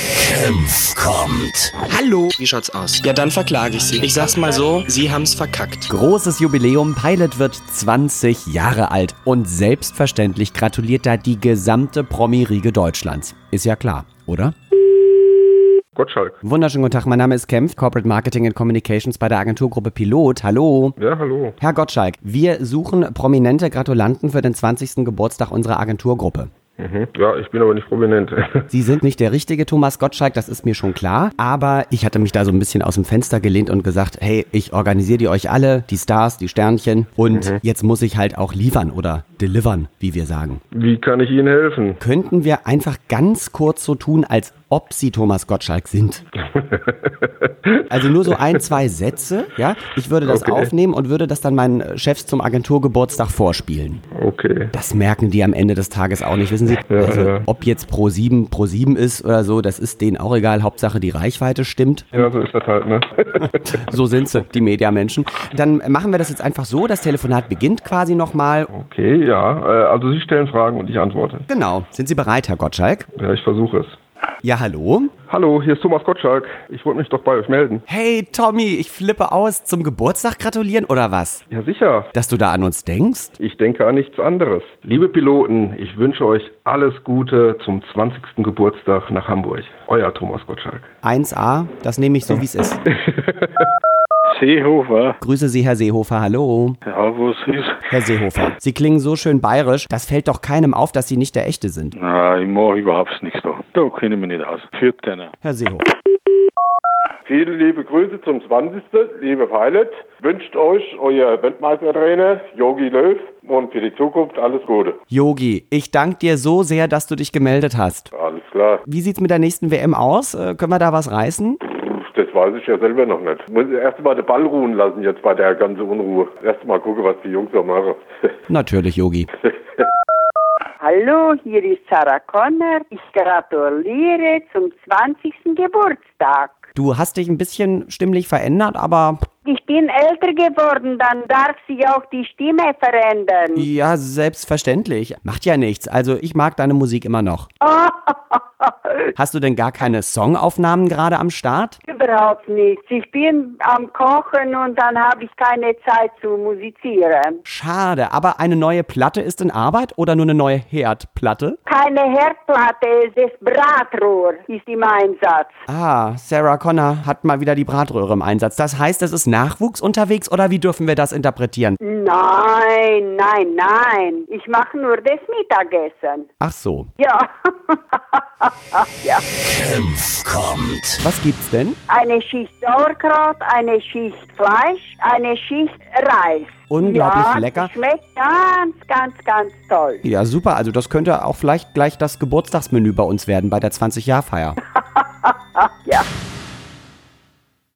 Senf kommt. Hallo. Wie schaut's aus? Ja, dann verklage ich Sie. Ich sag's mal so, Sie haben's verkackt. Großes Jubiläum, Pilot wird 20 Jahre alt und selbstverständlich gratuliert da die gesamte Promi-Riege Deutschlands. Ist ja klar, oder? Gottschalk. Wunderschönen guten Tag, mein Name ist Kempf, Corporate Marketing and Communications bei der Agenturgruppe Pilot. Hallo. Ja, hallo. Herr Gottschalk, wir suchen prominente Gratulanten für den 20. Geburtstag unserer Agenturgruppe. Mhm. Ja, ich bin aber nicht prominent. Sie sind nicht der richtige Thomas Gottschalk, das ist mir schon klar. Aber ich hatte mich da so ein bisschen aus dem Fenster gelehnt und gesagt, hey, ich organisiere die euch alle, die Stars, die Sternchen. Und jetzt muss ich halt auch liefern oder delivern, wie wir sagen. Wie kann ich Ihnen helfen? Könnten wir einfach ganz kurz so tun, als ob Sie Thomas Gottschalk sind? Also nur so ein, zwei Sätze, ja? Ich würde das Okay. aufnehmen und würde das dann meinen äh, Chefs zum Agenturgeburtstag vorspielen. Okay. Das merken die am Ende des Tages auch nicht, wissen Sie? Ja, also, ja. ob jetzt Pro 7 Pro 7 ist oder so, das ist denen auch egal. Hauptsache die Reichweite stimmt. Ja, so ist das halt, ne? So sind sie, die Mediamenschen. Dann machen wir das jetzt einfach so, das Telefonat beginnt quasi nochmal. Okay, ja. Äh, Also Sie stellen Fragen und ich antworte. Genau. Sind Sie bereit, Herr Gottschalk? Ja, ich versuche es. Ja, hallo? Hallo, hier ist Thomas Gottschalk. Ich wollte mich doch bei euch melden. Hey, Tommy, ich flippe aus. Zum Geburtstag gratulieren oder was? Ja, sicher. Dass du da an uns denkst? Ich denke an nichts anderes. Liebe Piloten, ich wünsche euch alles Gute zum 20. Geburtstag nach Hamburg. Euer Thomas Gottschalk. 1a, das nehme ich so, wie es ist. Seehofer, Grüße Sie, Herr Seehofer. Hallo. ja, wo es ist. Herr Seehofer, Sie klingen so schön bayerisch, das fällt doch keinem auf, dass Sie nicht der Echte sind. Nein, ich mache überhaupt nichts da. Da kenne ich mich nicht aus. Führt keiner. Herr Seehofer. Viele liebe Grüße zum 20. Liebe Pilot, wünscht euch euer Weltmeistertrainer Yogi Löw und für die Zukunft alles Gute. Yogi, ich danke dir so sehr, dass du dich gemeldet hast. Alles klar. Wie sieht's mit der nächsten WM aus? Äh, können wir da was reißen? Pff, Das weiß ich ja selber noch nicht. Muss erstmal den Ball ruhen lassen jetzt bei der ganzen Unruhe. Erstmal gucken, was die Jungs da machen. Natürlich, Yogi. Hallo, hier ist Sarah Connor. Ich gratuliere zum 20. Geburtstag. Du hast dich ein bisschen stimmlich verändert, aber Ich bin älter geworden, dann darf sich auch die Stimme verändern. ja, selbstverständlich. Macht ja nichts. Also, ich mag deine Musik immer noch. Hast du denn gar keine Songaufnahmen gerade am Start? Überhaupt nichts. Ich bin am Kochen und dann habe ich keine Zeit zu musizieren. Schade, aber eine neue Platte ist in Arbeit oder nur eine neue Herdplatte? Keine Herdplatte, das Bratrohr ist im Einsatz. Ah, Sarah Connor hat mal wieder die Bratröhre im Einsatz. Das heißt, es ist Nachwuchs unterwegs oder wie dürfen wir das interpretieren? Nein, nein, nein. Ich mache nur das Mittagessen. Ach so. Ja. ja. Senf kommt. Was gibt's denn? Eine Schicht Sauerkraut, eine Schicht Fleisch, eine Schicht Reis. Unglaublich ja, lecker. Schmeckt ganz, ganz, ganz toll. Ja, super. Also das könnte auch vielleicht gleich das Geburtstagsmenü bei uns werden bei der 20-Jahr-Feier. Ja.